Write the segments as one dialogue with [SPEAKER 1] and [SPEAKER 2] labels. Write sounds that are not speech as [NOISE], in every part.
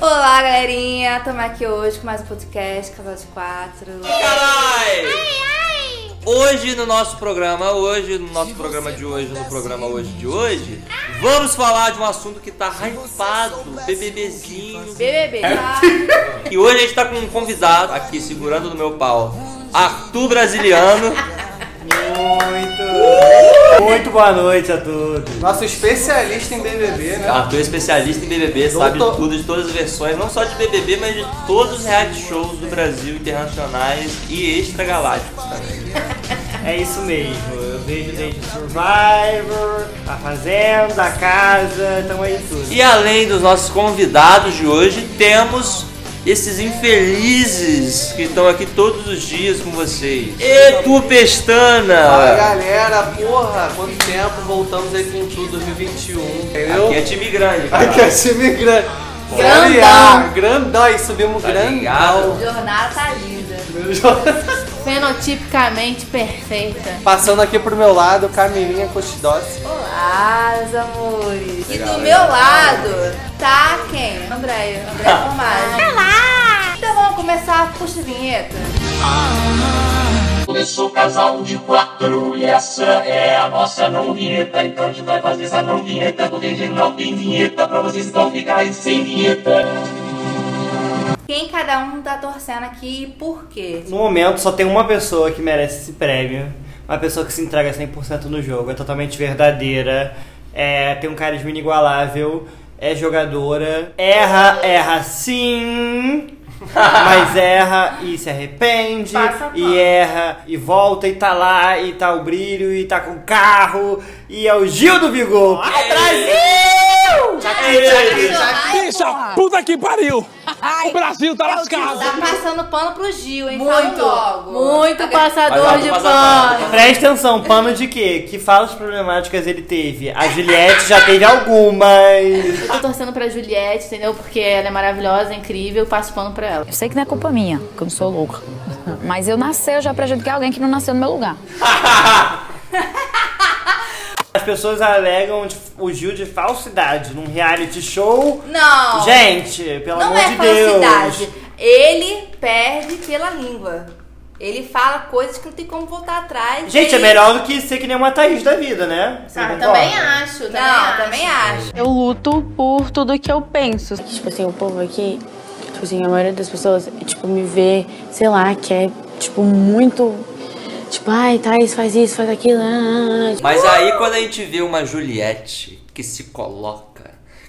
[SPEAKER 1] Olá, galerinha! Estamos aqui hoje com mais um podcast, Casal de Quatro.
[SPEAKER 2] Carai! Hoje no nosso programa, hoje no nosso programa de hoje, no programa hoje de hoje, vamos falar de um assunto que tá hypado, BBBzinho.
[SPEAKER 1] BBB,
[SPEAKER 3] É. [LAUGHS]
[SPEAKER 1] tá?
[SPEAKER 2] E hoje a gente tá com um convidado aqui segurando no meu pau, Arthur Brasiliano.
[SPEAKER 4] Muito boa noite a todos.
[SPEAKER 5] Nosso especialista em BBB, né?
[SPEAKER 2] Arthur é especialista em BBB, sabe de tudo de todas as versões, não só de BBB, mas de todos os reality shows do Brasil, internacionais e extragalácticos também.
[SPEAKER 4] É isso mesmo. Eu vejo desde Survivor, a Fazenda, a Casa, então aí tudo.
[SPEAKER 2] E além dos nossos convidados de hoje, temos esses infelizes que estão aqui todos os dias com vocês. E tu,
[SPEAKER 5] Fala
[SPEAKER 2] Pestana!
[SPEAKER 5] galera, porra, quanto tempo voltamos aí com tudo 2021, entendeu?
[SPEAKER 2] Aqui é time grande, cara.
[SPEAKER 5] Aqui é time grande.
[SPEAKER 1] Grandão.
[SPEAKER 5] Série A, Grandão, e subimos
[SPEAKER 2] Tá
[SPEAKER 5] grandão.
[SPEAKER 2] ligado?
[SPEAKER 1] Jornada tá linda.
[SPEAKER 3] Fenotipicamente perfeita.
[SPEAKER 5] [LAUGHS] Passando aqui pro meu lado, Camilinha Costidosi.
[SPEAKER 1] Olá, meus amores. E do meu lado tá quem? Andréia.
[SPEAKER 3] [LAUGHS]
[SPEAKER 1] Andréia Formagem. Olá! Então vamos começar. Puxa a vinheta.
[SPEAKER 6] Começou casal de quatro e essa é a nossa não vinheta. Então a gente vai fazer essa não vinheta porque a gente não tem vinheta pra vocês não ficarem sem vinheta.
[SPEAKER 1] Quem cada um tá torcendo aqui e por quê?
[SPEAKER 4] No momento só tem uma pessoa que merece esse prêmio. Uma pessoa que se entrega 100% no jogo, é totalmente verdadeira, é, tem um carisma inigualável, é jogadora, erra, erra
[SPEAKER 1] [LAUGHS]
[SPEAKER 4] sim, mas erra e se arrepende,
[SPEAKER 1] Passa a bola.
[SPEAKER 4] e erra e volta e tá lá, e tá o brilho, e tá com o carro, e é o Gil do Vigor. Ai, Brasil!
[SPEAKER 7] Puta que pariu! o Brasil tá lascado!
[SPEAKER 1] Tá passando pano pro Gil, hein? Fala
[SPEAKER 3] Muito,
[SPEAKER 1] logo.
[SPEAKER 3] muito passador
[SPEAKER 2] Mas, ó,
[SPEAKER 3] de
[SPEAKER 2] tô passando
[SPEAKER 3] pano.
[SPEAKER 4] Presta atenção, pano de quê? Que falas problemáticas ele teve? A Juliette já teve algumas.
[SPEAKER 3] Eu tô torcendo pra Juliette, entendeu? Porque ela é maravilhosa, incrível, passo pano pra ela.
[SPEAKER 8] Eu sei que não é culpa minha, que eu não sou louca. [LAUGHS] Mas eu nasci, eu já prejudiquei alguém que não nasceu no meu lugar.
[SPEAKER 4] As pessoas alegam de- o Gil de falsidade num reality show.
[SPEAKER 1] Não.
[SPEAKER 4] Gente, pelo
[SPEAKER 1] Não
[SPEAKER 4] amor
[SPEAKER 1] é
[SPEAKER 4] de
[SPEAKER 1] falsidade.
[SPEAKER 4] Deus.
[SPEAKER 1] Ele perde pela língua. Ele fala coisas que não tem como voltar atrás.
[SPEAKER 4] Gente, é
[SPEAKER 1] Ele-
[SPEAKER 4] melhor do que ser que nem uma Thaís da vida, né? Você concorda?
[SPEAKER 3] acho,
[SPEAKER 1] Não, também acho.
[SPEAKER 9] Eu luto por tudo que eu penso.
[SPEAKER 10] Tipo assim, o povo aqui, tipo assim, a maioria das pessoas, tipo, me vê, sei lá, que é, tipo, muito. Tipo, ai, Thaís, faz isso, faz aquilo. ah, ah, ah.
[SPEAKER 2] Mas aí quando a gente vê uma Juliette que se coloca,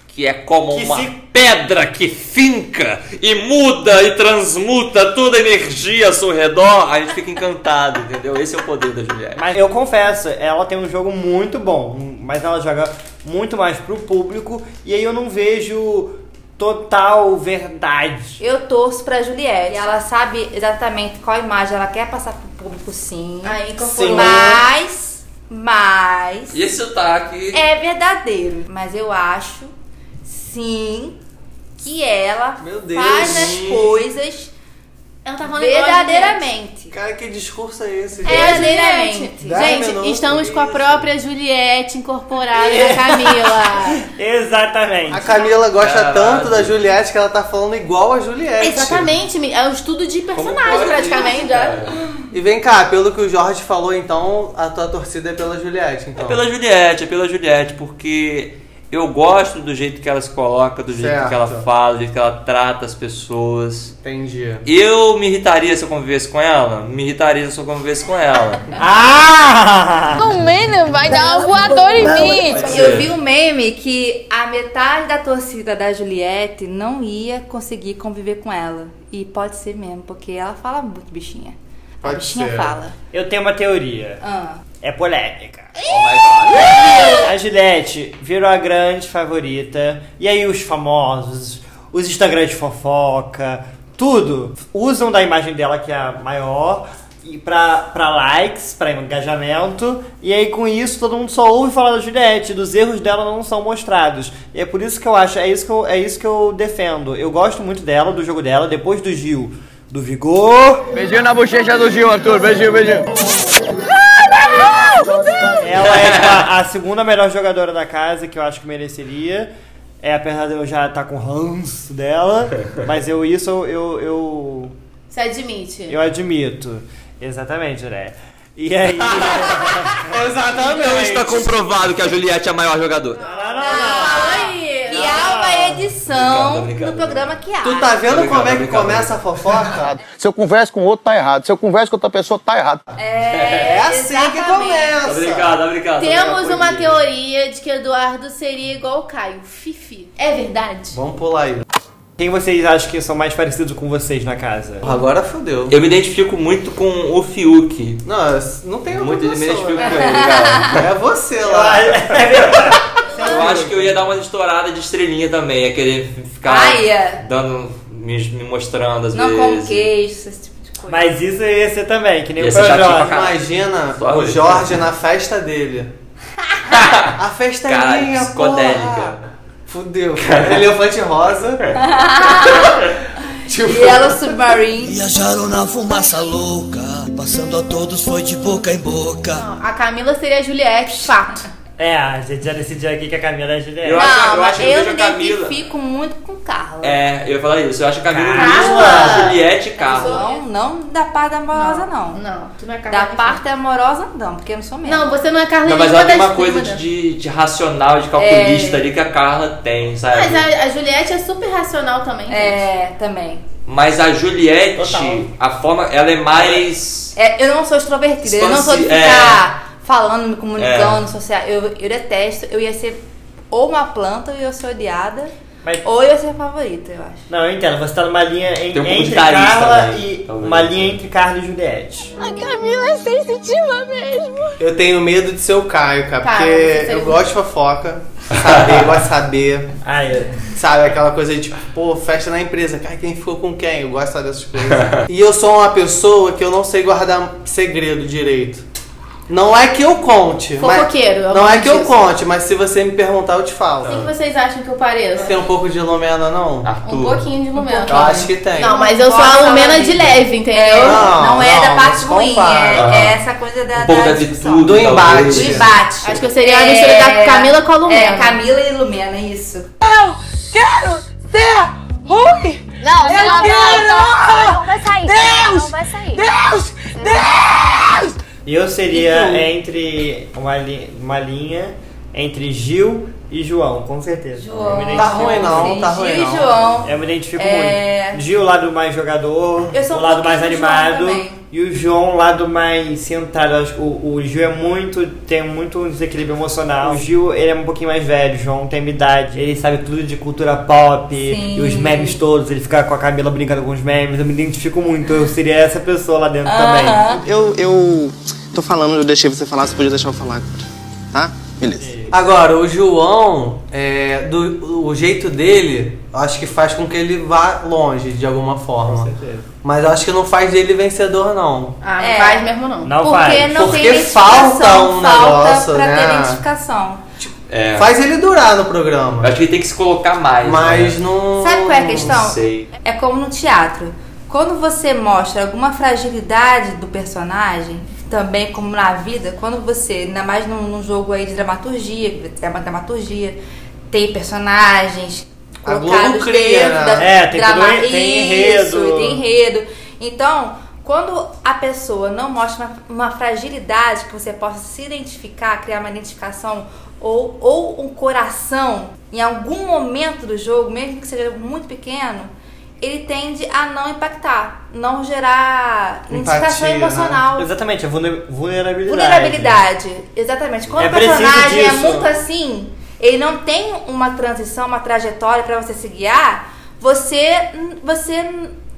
[SPEAKER 2] que é como
[SPEAKER 4] Que
[SPEAKER 2] uma
[SPEAKER 4] se-
[SPEAKER 2] pedra que finca e muda e transmuta toda a energia ao seu redor, a gente fica encantado, entendeu? Esse é o poder da Juliette.
[SPEAKER 4] Mas eu confesso, ela tem um jogo muito bom, mas ela joga muito mais pro público e aí eu não vejo total verdade.
[SPEAKER 1] Eu torço pra Juliette. Ela sabe exatamente qual imagem ela quer passar pro público, sim.
[SPEAKER 3] Aí,
[SPEAKER 4] Sim.
[SPEAKER 1] Mas, mas
[SPEAKER 2] E esse sotaque?
[SPEAKER 1] é verdadeiro. Mas eu acho, sim, que ela
[SPEAKER 5] Meu Deus.
[SPEAKER 1] faz as coisas
[SPEAKER 3] Ela
[SPEAKER 1] é
[SPEAKER 3] tá falando igual a
[SPEAKER 1] verdadeiramente.
[SPEAKER 5] Cara, que discurso é esse?
[SPEAKER 3] Juliette. É,
[SPEAKER 1] Verdadeiramente.
[SPEAKER 3] Juliette.
[SPEAKER 5] Dá
[SPEAKER 3] Gente,
[SPEAKER 5] minuto,
[SPEAKER 3] estamos com a
[SPEAKER 5] isso.
[SPEAKER 3] própria Juliette incorporada na Camila.
[SPEAKER 4] Exatamente.
[SPEAKER 5] A Camila gosta
[SPEAKER 2] Caralho.
[SPEAKER 5] tanto da Juliette que ela tá falando igual a Juliette.
[SPEAKER 3] Exatamente, me- é um estudo de
[SPEAKER 2] Como
[SPEAKER 3] personagem
[SPEAKER 2] pode
[SPEAKER 3] praticamente. é.
[SPEAKER 2] isso,
[SPEAKER 3] olha.
[SPEAKER 2] cara?
[SPEAKER 5] E vem cá, pelo que o Jorge falou, então, a tua torcida é pela Juliette, então.
[SPEAKER 2] É pela Juliette, é pela Juliette, porque eu gosto do jeito que ela se coloca, do jeito
[SPEAKER 5] Certo.
[SPEAKER 2] que ela fala, do jeito que ela trata as pessoas.
[SPEAKER 5] Entendi.
[SPEAKER 2] Eu me irritaria se eu convivesse com ela? Me irritaria se eu convivesse com ela.
[SPEAKER 4] Ah!
[SPEAKER 8] O menino vai dar uma voadora em mim.
[SPEAKER 1] Eu vi um meme que a metade da torcida da Juliette não ia conseguir conviver com ela. E pode ser mesmo, porque ela fala muito, bichinha. a
[SPEAKER 5] Pode
[SPEAKER 1] bichinha
[SPEAKER 5] ser.
[SPEAKER 1] fala.
[SPEAKER 4] Eu tenho uma teoria.
[SPEAKER 1] Ah.
[SPEAKER 4] É polêmica.
[SPEAKER 2] Oh my god.
[SPEAKER 4] A Gillette virou a grande favorita. E aí os famosos, os Instagram de fofoca, tudo usam da imagem dela que é a maior e pra, pra likes, pra engajamento. E aí com isso todo mundo só ouve falar da Juliette, dos erros dela não são mostrados. E é por isso que eu acho, é isso que eu, é isso que eu defendo. Eu gosto muito dela, do jogo dela, depois do Gil, do Vigor.
[SPEAKER 7] Beijinho na bochecha do Gil, Arthur. Beijinho, beijinho.
[SPEAKER 4] Ela é tipo, a, a segunda melhor jogadora da casa, que eu acho que mereceria. É, apesar de eu já estar com ranço
[SPEAKER 2] [LAUGHS]
[SPEAKER 4] dela, mas eu isso eu, eu, eu,
[SPEAKER 3] Você admite.
[SPEAKER 4] eu admito. Exatamente, né? E aí. Exatamente.
[SPEAKER 2] Então está comprovado que a Juliette é a maior jogadora.
[SPEAKER 1] Que há uma edição
[SPEAKER 2] Obrigado, obrigado,
[SPEAKER 1] no programa que há.
[SPEAKER 5] Tu tá vendo
[SPEAKER 2] Obrigado,
[SPEAKER 5] como é que
[SPEAKER 2] obrigado.
[SPEAKER 5] começa a fofoca?
[SPEAKER 7] Se eu converso com outro, tá errado. Se eu converso com outra pessoa, tá errado.
[SPEAKER 1] É,
[SPEAKER 5] É assim que
[SPEAKER 1] exatamente.
[SPEAKER 5] começa.
[SPEAKER 2] Obrigado, obrigado.
[SPEAKER 3] Temos
[SPEAKER 2] Obrigado,
[SPEAKER 3] uma
[SPEAKER 2] Paulinho.
[SPEAKER 3] teoria de que Eduardo seria igual o Caio. Fifi. É verdade?
[SPEAKER 5] Vamos pular aí.
[SPEAKER 4] Quem vocês acham que são mais parecidos com vocês na casa?
[SPEAKER 5] Agora fodeu.
[SPEAKER 2] Eu me identifico muito com o Fiuk.
[SPEAKER 5] Não, não tem
[SPEAKER 2] Muito
[SPEAKER 5] outra
[SPEAKER 2] de me
[SPEAKER 5] pessoa.
[SPEAKER 2] identifico
[SPEAKER 5] né?
[SPEAKER 2] com ele, cara.
[SPEAKER 5] É você lá.
[SPEAKER 2] Eu acho que eu ia dar uma estourada de estrelinha também, ia querer ficar
[SPEAKER 1] Ah, ia.
[SPEAKER 2] dando, me, me mostrando às
[SPEAKER 1] Não
[SPEAKER 2] vezes.
[SPEAKER 1] como queijo, esse tipo de coisa.
[SPEAKER 4] [LAUGHS] Mas isso é esse também, que nem
[SPEAKER 2] Esse
[SPEAKER 4] o
[SPEAKER 2] já tinha
[SPEAKER 4] Projota.
[SPEAKER 2] pra cá.
[SPEAKER 5] Imagina
[SPEAKER 2] Só
[SPEAKER 5] o
[SPEAKER 2] isso.
[SPEAKER 5] Jorge na festa dele. A festa
[SPEAKER 2] Cara,
[SPEAKER 5] é minha,
[SPEAKER 2] psicodélica.
[SPEAKER 5] porra. Fudeu, cara. Elefante rosa. tipo,
[SPEAKER 1] Yellow Submarine.
[SPEAKER 11] Viajaram na fumaça louca, passando a todos foi de boca em boca.
[SPEAKER 3] A Camila seria a Juliette, fato.
[SPEAKER 4] É, a gente já decidiu aqui que a Camila é a Juliette.
[SPEAKER 2] Eu acho-
[SPEAKER 1] Não,
[SPEAKER 2] eu acho
[SPEAKER 1] mas
[SPEAKER 2] que eu
[SPEAKER 1] eu
[SPEAKER 2] vejo
[SPEAKER 1] me
[SPEAKER 2] a Camila.
[SPEAKER 1] identifico muito com Carla.
[SPEAKER 2] [LAUGHS] É, eu ia falar isso. Eu acho que a Camila
[SPEAKER 4] Carla!
[SPEAKER 2] mesmo, Juliette e Carla.
[SPEAKER 1] Não, não da parte amorosa, não.
[SPEAKER 3] Não, tu não é
[SPEAKER 1] Da parte amorosa, não, porque eu não sou mesmo.
[SPEAKER 3] Não, você não é Carla
[SPEAKER 2] Não, mas
[SPEAKER 3] nenhuma
[SPEAKER 2] ela tem
[SPEAKER 3] das
[SPEAKER 2] uma coisa
[SPEAKER 3] duas.
[SPEAKER 2] de, de racional, de calculista ali que a Carla tem, sabe?
[SPEAKER 3] Mas a, a Juliette é super racional também, gente.
[SPEAKER 1] É, também.
[SPEAKER 2] Mas a Juliette,
[SPEAKER 4] Total.
[SPEAKER 2] a forma, ela é mais.
[SPEAKER 1] É, eu não sou extrovertida, eu não sou de
[SPEAKER 2] Expansi- é.
[SPEAKER 1] ficar falando, me comunicando, social. Eu, eu detesto, eu ia ser ou uma planta e eu ser odiada,
[SPEAKER 4] Mas-
[SPEAKER 1] ou eu ia ser a favorita, eu acho.
[SPEAKER 4] Não, eu entendo. Você tá numa linha en-
[SPEAKER 2] Tem um pouco de
[SPEAKER 4] entre
[SPEAKER 2] tarista,
[SPEAKER 4] Carla
[SPEAKER 2] né?
[SPEAKER 4] e.
[SPEAKER 2] Talvez.
[SPEAKER 4] Uma linha entre Carla e Juliette.
[SPEAKER 10] A Camila é sensitiva mesmo.
[SPEAKER 5] eu tenho medo de ser o Caio, cara.
[SPEAKER 3] Cara,
[SPEAKER 5] Porque
[SPEAKER 3] você seria
[SPEAKER 5] eu
[SPEAKER 3] o-
[SPEAKER 5] gosto de fofoca. [LAUGHS] Saber, eu gosto de saber.
[SPEAKER 4] Ah, eu...
[SPEAKER 5] Sabe, aquela coisa de tipo, pô, festa na empresa, cara, quem ficou com quem? Eu gosto de saber essas coisas. e eu sou uma pessoa que eu não sei guardar segredo direito. Não é que eu conte.
[SPEAKER 3] Fofoqueiro, eu
[SPEAKER 5] Mas, não é
[SPEAKER 3] gosto
[SPEAKER 5] que eu
[SPEAKER 3] disso.
[SPEAKER 5] conte, mas se você me perguntar, eu te falo.
[SPEAKER 3] O que que vocês acham que eu pareço?
[SPEAKER 5] Tem um pouco de Lumena, não?
[SPEAKER 2] Arthur.
[SPEAKER 3] Um pouquinho de momento.
[SPEAKER 5] Eu acho que tem.
[SPEAKER 3] Não, mas eu sou
[SPEAKER 1] Posso
[SPEAKER 3] a
[SPEAKER 1] falar
[SPEAKER 3] Lumena de
[SPEAKER 1] disso?
[SPEAKER 3] leve, entendeu?
[SPEAKER 5] Não,
[SPEAKER 1] Não, é
[SPEAKER 5] não,
[SPEAKER 1] da parte
[SPEAKER 5] não se
[SPEAKER 1] ruim, é,
[SPEAKER 5] compara.
[SPEAKER 1] é essa coisa da,
[SPEAKER 2] um pouco da
[SPEAKER 1] discussão.
[SPEAKER 2] atitude.
[SPEAKER 5] Do
[SPEAKER 2] talvez.
[SPEAKER 1] Do
[SPEAKER 5] embate.
[SPEAKER 1] embate.
[SPEAKER 3] Acho que eu seria a mistura da Camila com a Lumena.
[SPEAKER 1] É, Camila e Lumena, é isso.
[SPEAKER 11] Quero ser ruim!
[SPEAKER 8] Não,
[SPEAKER 11] Eu
[SPEAKER 8] não,
[SPEAKER 11] quero!
[SPEAKER 8] não, não vai sair.
[SPEAKER 11] Deus!
[SPEAKER 8] Não vai sair.
[SPEAKER 11] Deus! Deus!
[SPEAKER 4] eu seria entre. Uma, li... uma linha entre Gil e João, com certeza. Eu me
[SPEAKER 5] Tá
[SPEAKER 4] identifico-
[SPEAKER 5] ruim não, tá
[SPEAKER 1] Gil
[SPEAKER 5] ruim
[SPEAKER 1] e
[SPEAKER 5] não.
[SPEAKER 1] João.
[SPEAKER 4] Eu me identifico
[SPEAKER 1] Então, É.
[SPEAKER 4] muito. Gil, lado mais jogador,
[SPEAKER 1] Eu sou
[SPEAKER 4] o
[SPEAKER 1] um
[SPEAKER 4] lado mais
[SPEAKER 1] pouquinho do João
[SPEAKER 4] animado.
[SPEAKER 1] também.
[SPEAKER 4] E o João, lado mais sentado. Eu acho que O, o Gil é muito. tem muito desequilíbrio emocional. O Gil, ele é um pouquinho mais velho. O João tem minha idade. Ele sabe tudo de cultura pop
[SPEAKER 1] Sim.
[SPEAKER 4] e os memes todos. Ele fica com a Camila brincando com os memes. Eu me identifico muito. Eu seria essa pessoa lá dentro também.
[SPEAKER 12] Eu, eu tô falando, eu deixei você falar, você podia deixar eu falar. Tá? Beleza.
[SPEAKER 5] Agora, o João, é, do, o jeito dele, acho que faz com que ele vá longe de alguma forma. Mas acho que não faz dele vencedor, não.
[SPEAKER 3] Ah, não
[SPEAKER 1] É.
[SPEAKER 3] faz mesmo não.
[SPEAKER 4] Não
[SPEAKER 1] Porque
[SPEAKER 4] faz.
[SPEAKER 1] não
[SPEAKER 5] Porque
[SPEAKER 1] tem identificação.
[SPEAKER 5] falta um
[SPEAKER 1] falta
[SPEAKER 5] negócio,
[SPEAKER 1] pra ter
[SPEAKER 5] né?
[SPEAKER 1] identificação.
[SPEAKER 2] É.
[SPEAKER 5] Faz ele durar no
[SPEAKER 2] Eu
[SPEAKER 5] programa.
[SPEAKER 2] acho que ele tem que se colocar mais.
[SPEAKER 5] Mas
[SPEAKER 2] né?
[SPEAKER 5] não.
[SPEAKER 1] Sabe qual é a questão?
[SPEAKER 3] Então,
[SPEAKER 2] sei.
[SPEAKER 1] É como no teatro. Quando você mostra alguma fragilidade do personagem, também como na vida, quando você, ainda mais num, num jogo aí de dramaturgia, que tem uma dramaturgia, tem personagens
[SPEAKER 5] A Globo
[SPEAKER 1] colocados
[SPEAKER 5] cria,
[SPEAKER 1] dentro
[SPEAKER 5] né?
[SPEAKER 1] da
[SPEAKER 4] É, tem
[SPEAKER 1] drama-
[SPEAKER 4] tudo- tem
[SPEAKER 1] Isso,
[SPEAKER 4] enredo.
[SPEAKER 1] tem enredo. Então, quando a pessoa não mostra uma, uma fragilidade que você possa se identificar, criar uma identificação ou, ou um coração em algum momento do jogo, mesmo que seja muito pequeno, ele tende a não impactar, não gerar identificação
[SPEAKER 5] Empatia, né?
[SPEAKER 1] emocional.
[SPEAKER 4] Exatamente, a vulner- vulnerabilidade.
[SPEAKER 1] Vulnerabilidade, exatamente. Quando
[SPEAKER 4] É
[SPEAKER 1] o
[SPEAKER 4] preciso
[SPEAKER 1] personagem é
[SPEAKER 4] disso.
[SPEAKER 1] muito assim, ele não tem uma transição, uma trajetória pra você se guiar, você, você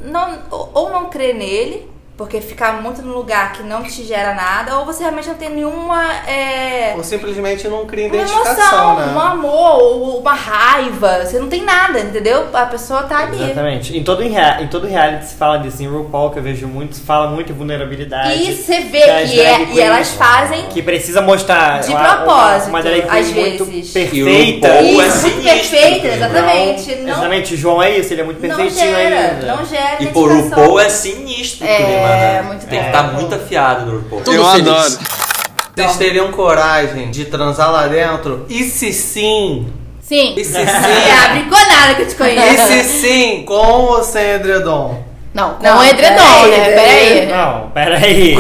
[SPEAKER 1] não, ou não crê nele, porque ficar muito num lugar que não te gera nada, ou você realmente não tem nenhuma. é,
[SPEAKER 5] Ou simplesmente não cria
[SPEAKER 1] uma
[SPEAKER 5] identificação,
[SPEAKER 1] emoção, um
[SPEAKER 5] né?
[SPEAKER 1] amor, ou uma raiva, você não tem nada, entendeu? A pessoa tá ali.
[SPEAKER 4] Exatamente. Em todo, rea- em todo reality se fala disso. Em RuPaul, que eu vejo muito, se fala muito em vulnerabilidade.
[SPEAKER 1] E você vê
[SPEAKER 4] das
[SPEAKER 1] que é,
[SPEAKER 4] drag
[SPEAKER 1] e elas
[SPEAKER 4] queens.
[SPEAKER 1] fazem
[SPEAKER 4] Que precisa mostrar
[SPEAKER 1] De
[SPEAKER 4] uma-
[SPEAKER 1] propósito,
[SPEAKER 4] uma, uma drag queen
[SPEAKER 1] às
[SPEAKER 4] muito
[SPEAKER 1] vezes.
[SPEAKER 4] perfeita.
[SPEAKER 2] E o
[SPEAKER 1] isso,
[SPEAKER 2] Ou é
[SPEAKER 1] muito
[SPEAKER 2] sinistro,
[SPEAKER 1] perfeita,
[SPEAKER 2] entendeu?
[SPEAKER 1] exatamente. Não,
[SPEAKER 4] Exatamente, o João é isso, ele é muito
[SPEAKER 1] não
[SPEAKER 4] perfeitinho
[SPEAKER 1] gera,
[SPEAKER 4] ainda.
[SPEAKER 1] não gera.
[SPEAKER 2] E pô, o
[SPEAKER 1] identificação.
[SPEAKER 2] RuPaul é sinistro o clima, né?
[SPEAKER 3] muito
[SPEAKER 2] Tem que estar muito afiado no RuPaul.
[SPEAKER 12] eu adoro.
[SPEAKER 5] Vocês teriam coragem de transar lá dentro? E se sim,
[SPEAKER 1] Sim.
[SPEAKER 5] E se
[SPEAKER 1] Você
[SPEAKER 5] sim?
[SPEAKER 1] [LAUGHS] é a briconada que eu te
[SPEAKER 5] E
[SPEAKER 1] conheço.
[SPEAKER 5] se sim, com ou sem edredom?
[SPEAKER 3] Não, é
[SPEAKER 1] com Não, edredom, peraí, né? peraí. Peraí.
[SPEAKER 4] Não, peraí.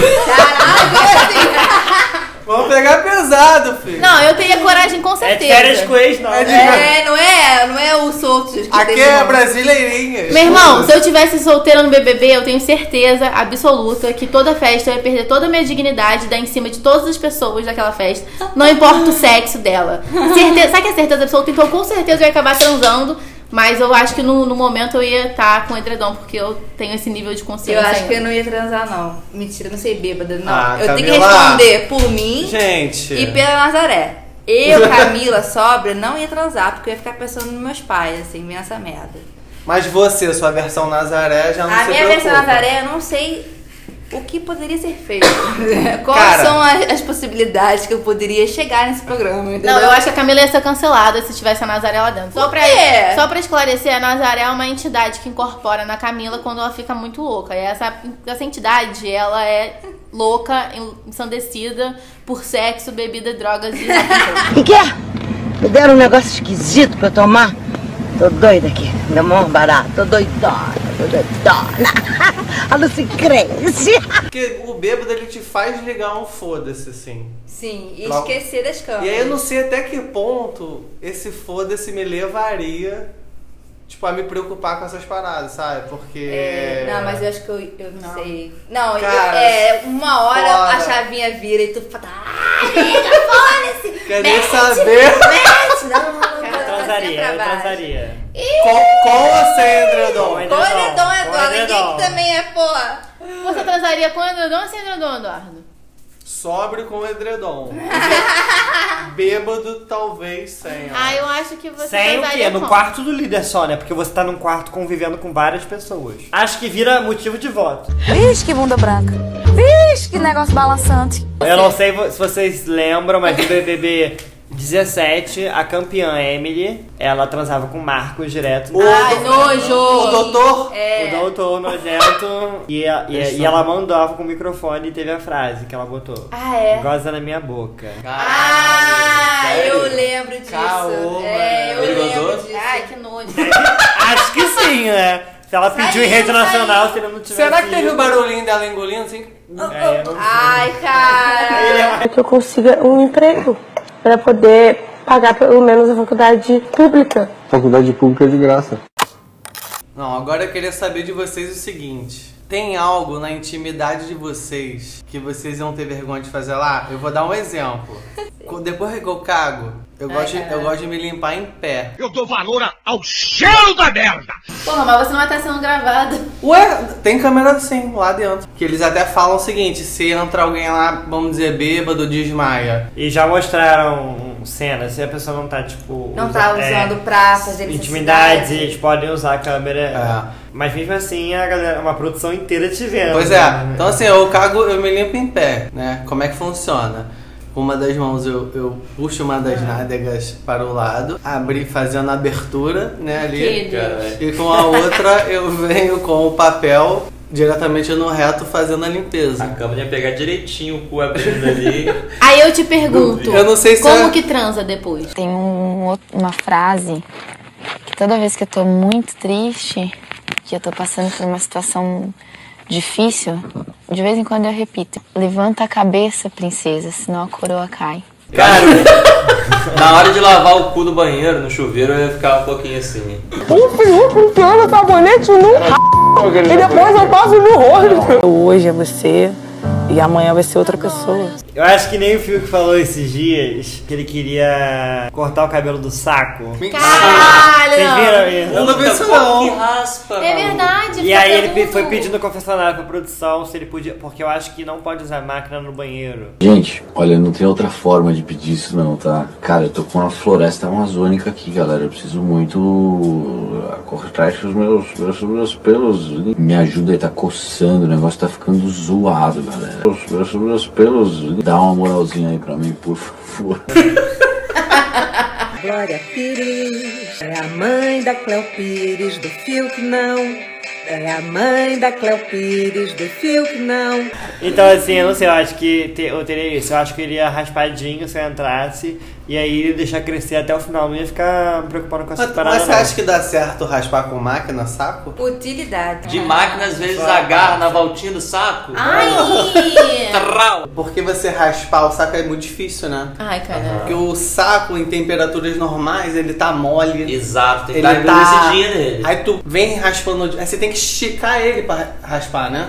[SPEAKER 5] Vamos pegar pesado, filho.
[SPEAKER 3] Não, eu teria coragem com
[SPEAKER 4] É
[SPEAKER 3] certeza.
[SPEAKER 5] É férias com ex, não.
[SPEAKER 3] É,
[SPEAKER 5] de-
[SPEAKER 1] É, não é, não é o solto. que
[SPEAKER 5] Aqui
[SPEAKER 1] teve
[SPEAKER 5] é
[SPEAKER 1] nome.
[SPEAKER 5] brasileirinha.
[SPEAKER 3] Meu irmão, se eu tivesse solteira no BBB, eu tenho certeza absoluta que toda festa eu ia perder toda a minha dignidade dar em cima de todas as pessoas daquela festa. Não importa o sexo dela. Certeza, sabe que é certeza absoluta? Então com certeza eu ia acabar transando. Mas eu acho que no, no momento eu ia estar com edredom, porque eu tenho esse nível de consciência.
[SPEAKER 1] Eu acho que eu
[SPEAKER 3] ainda.
[SPEAKER 1] não ia transar, não. Mentira, eu não sei bêbada, não.
[SPEAKER 5] Ah,
[SPEAKER 1] eu tenho que
[SPEAKER 5] Camila.
[SPEAKER 1] responder por mim
[SPEAKER 5] Gente.
[SPEAKER 1] e pela Nazaré. Eu, Camila, sobra, não ia transar, porque eu ia ficar pensando nos meus pais, assim, nessa merda.
[SPEAKER 5] Mas você, sua versão Nazaré, já não
[SPEAKER 1] a
[SPEAKER 5] se
[SPEAKER 1] minha
[SPEAKER 5] preocupa.
[SPEAKER 1] versão Nazaré, eu não sei o que poderia ser feito. Quais
[SPEAKER 5] Cara.
[SPEAKER 1] são as, as possibilidades que eu poderia chegar nesse programa, entendeu?
[SPEAKER 3] Não, eu acho que a Camila ia ser cancelada se tivesse a Nazaré lá dentro. Só
[SPEAKER 1] Por
[SPEAKER 3] pra,
[SPEAKER 1] quê?
[SPEAKER 3] só pra esclarecer, a Nazaré é uma entidade que incorpora na Camila quando ela fica muito louca. E essa, essa entidade, ela é louca, ensandecida por sexo, bebida, drogas [LAUGHS] e...
[SPEAKER 13] Que que é? Me deram um negócio esquisito pra eu tomar. Tô doida aqui. Meu mão barato. Tô doidona, tô doidona. Alucicrense.
[SPEAKER 5] Porque o bêbado, ele te faz ligar um foda-se, assim.
[SPEAKER 1] Sim, e
[SPEAKER 5] Logo.
[SPEAKER 1] esquecer das câmeras. É.
[SPEAKER 5] E aí eu não sei até que ponto esse foda-se me levaria, tipo, a me preocupar com essas paradas, sabe? Porque...
[SPEAKER 1] É, Não, mas eu acho que eu, eu não, sei. Não, eu-
[SPEAKER 5] Cara,
[SPEAKER 1] é uma hora
[SPEAKER 5] foda.
[SPEAKER 1] a chavinha vira e tu fala, ah, liga, foda-se!
[SPEAKER 5] Quer nem
[SPEAKER 1] mete,
[SPEAKER 5] saber.
[SPEAKER 1] Mete, não, não, não,
[SPEAKER 4] Eu transaria, eu transaria.
[SPEAKER 5] Com, com ou sem edredom?
[SPEAKER 1] Com edredom, Eduardo, ninguém
[SPEAKER 5] edredom.
[SPEAKER 1] que também é, porra.
[SPEAKER 3] Você transaria com edredom ou sem edredom, Eduardo?
[SPEAKER 5] Sobre com edredom.
[SPEAKER 1] [LAUGHS]
[SPEAKER 5] Bêbado, talvez, sem. ó.
[SPEAKER 3] Ah, eu acho que você
[SPEAKER 4] Sem o
[SPEAKER 3] transaria
[SPEAKER 4] quê? No
[SPEAKER 3] com.
[SPEAKER 4] quarto do líder só, né? Porque você tá num quarto convivendo com várias pessoas. Acho que vira motivo de voto.
[SPEAKER 8] Vixe, que bunda branca. Vixe, que negócio balançante.
[SPEAKER 4] Eu não sei vo- se vocês lembram, mas no BBB 17, a campeã Emily, ela transava com o Marcos direto.
[SPEAKER 1] Ai, nojo!
[SPEAKER 5] O doutor?
[SPEAKER 1] É.
[SPEAKER 4] O doutor nojento. E, a- e, a- e ela mandava com o microfone e teve a frase que ela botou.
[SPEAKER 1] Ah, é?
[SPEAKER 4] Goza na minha boca.
[SPEAKER 1] Ah,
[SPEAKER 4] Sério?
[SPEAKER 1] eu lembro disso.
[SPEAKER 4] Caô,
[SPEAKER 1] é, eu
[SPEAKER 4] mano. Ele
[SPEAKER 1] lembro
[SPEAKER 4] gozou?
[SPEAKER 1] disso.
[SPEAKER 3] Ai, que nojo.
[SPEAKER 4] Acho que sim, né? Se ela pediu em rede nacional, se ele não tivesse.
[SPEAKER 5] Será que teve
[SPEAKER 4] ido-
[SPEAKER 5] o barulhinho dela engolindo assim?
[SPEAKER 1] Ai,
[SPEAKER 5] [LAUGHS]
[SPEAKER 1] cara.
[SPEAKER 14] Pra É que eu consiga um emprego para poder pagar pelo menos a faculdade pública.
[SPEAKER 7] Faculdade pública é de graça.
[SPEAKER 5] Não, agora eu queria saber de vocês o seguinte. Tem algo na intimidade de vocês que vocês vão ter vergonha de fazer lá? Eu vou dar um exemplo.
[SPEAKER 3] [LAUGHS]
[SPEAKER 5] Co- Depois que eu cago, eu
[SPEAKER 3] Ai,
[SPEAKER 5] gosto, de- eu
[SPEAKER 3] caralho.
[SPEAKER 5] gosto de me limpar em pé.
[SPEAKER 3] Eu dou valor ao cheiro da merda! Porra, mas você não vai estar sendo gravado.
[SPEAKER 5] Ué, tem câmera sim, lá dentro. Que eles até falam o seguinte, se entra alguém lá, vamos dizer, bêbado, desmaia.
[SPEAKER 4] E já mostraram cenas, se a pessoa não tá, tipo.
[SPEAKER 1] Não tá
[SPEAKER 4] usa-
[SPEAKER 1] usando pra fazer
[SPEAKER 4] Intimidades,
[SPEAKER 1] necessidade.
[SPEAKER 4] eles podem usar a câmera. Mas mesmo assim, a galera, uma produção inteira te vendo.
[SPEAKER 5] É. Pois
[SPEAKER 4] né?
[SPEAKER 5] é, então assim, eu cago, eu me limpo em pé, né? Como é que funciona? Com uma das mãos eu, eu puxo uma das nádegas para o lado, abri fazendo a abertura, né, ali.
[SPEAKER 2] Que Deus.
[SPEAKER 5] E com a outra eu venho com o papel diretamente no reto fazendo a limpeza. A
[SPEAKER 2] câmera ia pegar direitinho o cu abrindo
[SPEAKER 5] [LAUGHS]
[SPEAKER 2] ali.
[SPEAKER 3] [LAUGHS] Aí eu te pergunto,
[SPEAKER 5] Eu não sei se
[SPEAKER 3] como
[SPEAKER 5] é-
[SPEAKER 3] que transa depois?
[SPEAKER 10] Tem um outro- uma frase que toda vez que eu tô muito triste, que eu tô passando por uma situação difícil, de vez em quando eu repito: Levanta a cabeça, princesa, senão a coroa cai.
[SPEAKER 2] Cara, na hora de lavar o cu do banheiro, no chuveiro, eu ia ficar um pouquinho assim.
[SPEAKER 14] Enfio com piano sabonete no e depois eu passo no rosto. Hoje é você e amanhã vai ser outra pessoa.
[SPEAKER 4] Eu acho que nem o Fiuk falou esses dias que ele queria cortar o cabelo do saco.
[SPEAKER 3] Caralho!
[SPEAKER 4] Vocês viram isso?
[SPEAKER 5] Eu não vi isso não.
[SPEAKER 2] raspa.
[SPEAKER 3] É verdade,
[SPEAKER 4] E
[SPEAKER 3] fica
[SPEAKER 4] aí ele pe-
[SPEAKER 3] peludo.
[SPEAKER 4] foi pedindo confessionário pra produção se ele podia. Porque eu acho que não pode usar máquina no banheiro.
[SPEAKER 15] Gente, olha, não tem outra forma de pedir isso não, tá? Cara, eu tô com uma floresta amazônica aqui, galera. Eu preciso muito ah, cortar esses meus, meus, meus pelos. Me ajuda aí, tá coçando, o negócio tá ficando zoado, galera. Os meus, meus pelos, dá uma moralzinha aí pra mim, por favor.
[SPEAKER 16] Glória Pires é a mãe da Cleo Pires, do Fio que não. É a mãe da Cleo Pires, do fio que não.
[SPEAKER 4] Então, assim, eu não sei, eu acho que te- eu teria isso. Eu acho que ele ia raspadinho se eu entrasse. E aí ele ia deixar crescer até o final. Não ia ficar me preocupando com essa
[SPEAKER 5] Mas,
[SPEAKER 4] parada.
[SPEAKER 5] mas você
[SPEAKER 4] não.
[SPEAKER 5] acha que dá certo raspar com máquina, saco?
[SPEAKER 1] Utilidade.
[SPEAKER 2] De máquina, às vezes, agarra na voltinha do saco. Trau.
[SPEAKER 5] Porque você raspar o saco é muito difícil, né?
[SPEAKER 3] Ai, cara.
[SPEAKER 5] Porque o saco em temperaturas normais ele tá mole.
[SPEAKER 2] Exato, tem que
[SPEAKER 5] Ele
[SPEAKER 2] dar
[SPEAKER 5] tá...
[SPEAKER 2] descidinha nele.
[SPEAKER 5] Aí tu vem raspando. Aí você tem que esticar ele pra raspar, né?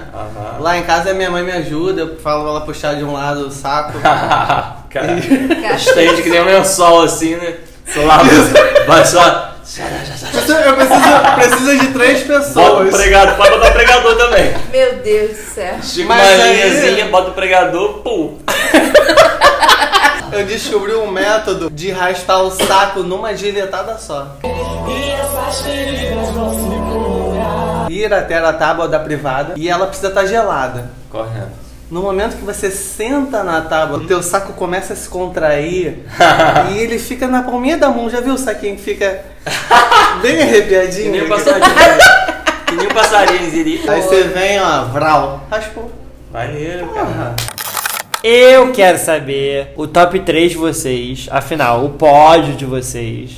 [SPEAKER 5] Lá em casa minha mãe me ajuda, eu falo pra ela puxar de um lado
[SPEAKER 2] [LAUGHS]
[SPEAKER 5] o saco.
[SPEAKER 2] [LAUGHS] Cara, estende que nem um lençol assim, né? Sei lá, mas- mas só.
[SPEAKER 5] Eu preciso, preciso de três
[SPEAKER 2] Bota um o
[SPEAKER 5] pessoas.
[SPEAKER 2] pregador, pode botar o pregador também.
[SPEAKER 1] Meu Deus do céu.
[SPEAKER 2] Estica uma
[SPEAKER 5] Mas aí-
[SPEAKER 2] linhazinha, bota o pregador, pum.
[SPEAKER 5] Eu descobri um método de raspar o saco numa giletada só.
[SPEAKER 11] E essas feridas vão se curar.
[SPEAKER 5] Ir até tá, a tábua da privada e ela precisa estar gelada.
[SPEAKER 2] Correto.
[SPEAKER 5] No momento que você senta na tábua, o teu saco começa a se contrair e ele fica na palminha da mão. Já viu o saquinho que fica bem
[SPEAKER 2] Que
[SPEAKER 5] arrepiadinho?
[SPEAKER 2] nem um passarinho. que nem um passarinho, Ziri.
[SPEAKER 5] Aí você vem, ó, vral. Raspou.
[SPEAKER 2] Maneiro, cara.
[SPEAKER 4] Eu quero saber o top 3 de vocês. Afinal, o pódio de vocês.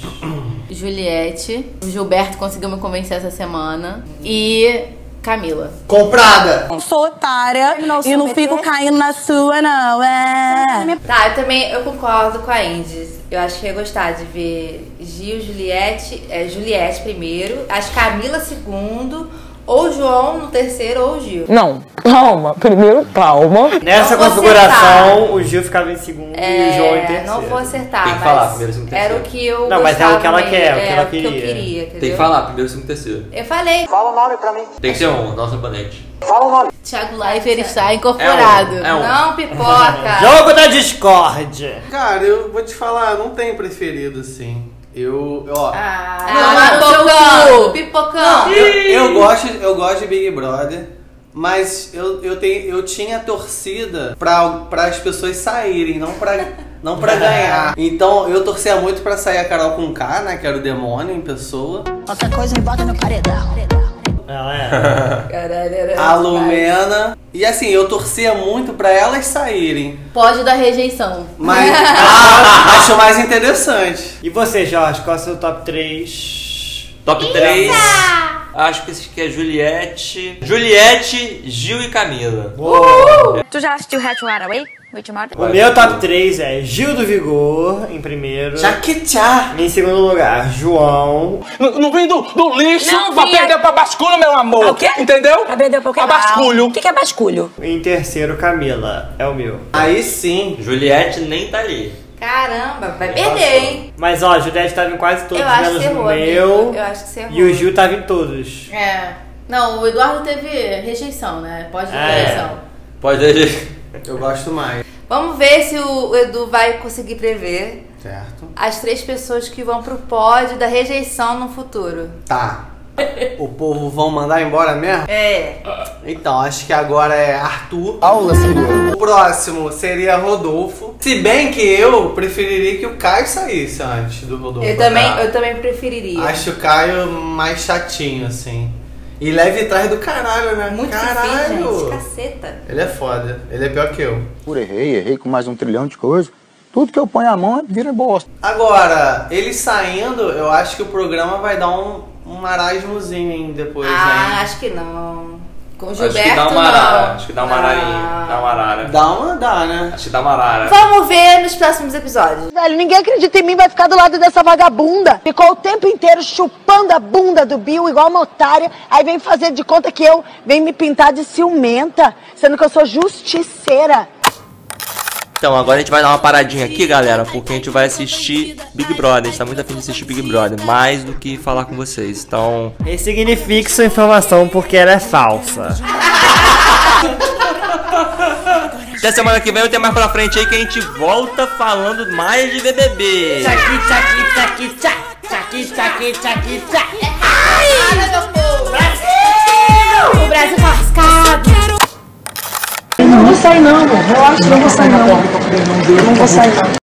[SPEAKER 3] Juliette. O Gilberto conseguiu me convencer essa semana. E Camila.
[SPEAKER 5] Comprada!
[SPEAKER 14] Não sou otária e não fico caindo na sua, não, é.
[SPEAKER 1] Tá, eu também eu concordo com a Indy. Eu acho que ia gostar de ver Gil, Juliette, é, Juliette primeiro, acho que Camila segundo, ou João no terceiro, ou Gil.
[SPEAKER 14] Não, calma. Primeiro, calma.
[SPEAKER 4] Nessa
[SPEAKER 1] Não vou
[SPEAKER 4] configuração,
[SPEAKER 1] citar.
[SPEAKER 4] o Gil ficava em segundo e o João em
[SPEAKER 1] É,
[SPEAKER 4] terceiro.
[SPEAKER 1] não vou acertar,
[SPEAKER 2] Tem que
[SPEAKER 1] mas
[SPEAKER 2] falar primeiro, segundo,
[SPEAKER 1] era o
[SPEAKER 2] terceiro.
[SPEAKER 1] que eu
[SPEAKER 4] Não, mas é o que
[SPEAKER 1] gostava
[SPEAKER 4] ela quer, é o
[SPEAKER 1] mesmo,
[SPEAKER 4] que
[SPEAKER 1] é
[SPEAKER 4] ela
[SPEAKER 1] o que eu
[SPEAKER 4] queria.
[SPEAKER 1] queria, entendeu?
[SPEAKER 2] Tem que falar, primeiro, segundo, terceiro.
[SPEAKER 1] Eu falei. Fala o nome pra mim.
[SPEAKER 2] Tem que ser um, nosso oponente.
[SPEAKER 1] Fala o nome.
[SPEAKER 3] Thiago Leifert está incorporado.
[SPEAKER 2] É um, é um.
[SPEAKER 1] Não
[SPEAKER 4] [LAUGHS]
[SPEAKER 1] pipoca.
[SPEAKER 4] Jogo da Discord!
[SPEAKER 5] Cara, eu vou te falar, não tem preferido assim. Eu, ó.
[SPEAKER 1] Ah,
[SPEAKER 3] Não, não,
[SPEAKER 1] pipocão,
[SPEAKER 3] seu cu.
[SPEAKER 1] pipocão.
[SPEAKER 5] Eu, eu gosto, eu gosto de Big Brother, mas eu, eu, tenho, eu tinha torcida pra, pra as pessoas saírem, não pra, não pra ganhar. Então eu torcia muito pra sair a Carol com K, né? Que era o demônio em pessoa.
[SPEAKER 11] Qualquer coisa me bota no paredão.
[SPEAKER 4] Ela
[SPEAKER 3] Caralho, era
[SPEAKER 5] A Lumena. E assim, eu torcia muito pra elas saírem.
[SPEAKER 3] Pode dar rejeição.
[SPEAKER 5] Mas acho, acho mais interessante.
[SPEAKER 4] E você, Jorge, qual é o seu top 3?
[SPEAKER 2] Top 3. Acho que esse aqui é Juliette. Juliette, Gil e Camila.
[SPEAKER 8] Tu já assistiu Hatch Haraway? With Your Mother?
[SPEAKER 4] O meu top 3 é Gil do Vigor em primeiro.
[SPEAKER 5] Jaquetá!
[SPEAKER 4] Em segundo lugar, João.
[SPEAKER 11] Não vem do, do lixo
[SPEAKER 4] Não
[SPEAKER 11] pra
[SPEAKER 4] vinha.
[SPEAKER 11] perder pra basculho, meu amor.
[SPEAKER 4] O quê?
[SPEAKER 11] Entendeu? Ah, Pra perder pra quê? basculho. O que, é basculho?
[SPEAKER 4] Em terceiro, Camila. É o meu.
[SPEAKER 5] Aí sim.
[SPEAKER 2] Juliette nem tá ali.
[SPEAKER 1] Caramba,
[SPEAKER 4] É,
[SPEAKER 1] vai perder, hein?
[SPEAKER 4] Mas ó, a Juliette tava em quase todos,
[SPEAKER 1] Eu acho
[SPEAKER 4] menos
[SPEAKER 1] que
[SPEAKER 4] no
[SPEAKER 1] errou,
[SPEAKER 4] meu.
[SPEAKER 1] amigo. Eu acho que você errou.
[SPEAKER 4] E o Gil tava em todos.
[SPEAKER 3] É. Não, o Eduardo teve rejeição, né? Pode dar
[SPEAKER 4] É.
[SPEAKER 3] rejeição.
[SPEAKER 2] Pode [LAUGHS] ir.
[SPEAKER 5] Eu gosto mais.
[SPEAKER 1] Vamos ver se o Edu vai conseguir prever
[SPEAKER 5] Certo.
[SPEAKER 1] as três pessoas que vão pro pódio da rejeição no futuro.
[SPEAKER 5] Tá. O povo vão mandar embora mesmo?
[SPEAKER 1] É.
[SPEAKER 5] Então, acho que agora é Arthur. Aula, senhor. O próximo seria Rodolfo. Se bem que eu preferiria que o Caio saísse antes do Rodolfo.
[SPEAKER 1] Eu também,
[SPEAKER 5] tá?
[SPEAKER 1] eu também preferiria.
[SPEAKER 5] Acho o Caio mais chatinho, assim. E leve trás do caralho, né?
[SPEAKER 1] É Muito
[SPEAKER 5] caralho.
[SPEAKER 1] difícil, gente. Caceta.
[SPEAKER 5] Ele é foda. Ele é pior que eu.
[SPEAKER 7] Por errei, errei com mais um trilhão de coisas. Tudo que eu ponho a mão é vira bosta.
[SPEAKER 5] Agora, ele saindo, eu acho que o programa vai dar um, um marasmozinho hein, depois,
[SPEAKER 1] Ah,
[SPEAKER 5] né?
[SPEAKER 1] acho que não. Com o
[SPEAKER 2] Acho
[SPEAKER 1] Gilberto,
[SPEAKER 2] que dá uma arara.
[SPEAKER 1] não. Ah.
[SPEAKER 2] Acho que dá uma ararinha. Dá uma arara.
[SPEAKER 5] Dá uma, dá, né?
[SPEAKER 2] Acho que dá uma arara.
[SPEAKER 1] Vamos ver nos próximos episódios.
[SPEAKER 16] Velho, ninguém acredita em mim, vai ficar do lado dessa vagabunda. Ficou o tempo inteiro chupando a bunda do Bill, igual uma otária. Aí vem fazer de conta que eu vem me pintar de ciumenta, sendo que eu sou justiceira.
[SPEAKER 2] Então, agora a gente vai dar uma paradinha aqui, galera, porque a gente vai assistir Big Brother. A gente tá muito afim de assistir Big Brother, mais do que falar com vocês. Então,
[SPEAKER 4] Ressignifique sua informação porque ela é falsa.
[SPEAKER 2] até semana que vem ou até mais pra frente aí que a gente volta falando mais de BBB.
[SPEAKER 11] tchaki, tchaki, tchaki, tchaki, tchaki.
[SPEAKER 3] O Brasil tá arriscado.
[SPEAKER 11] Eu não vou sair não, relaxa, não vou sair não. Não vou sair não.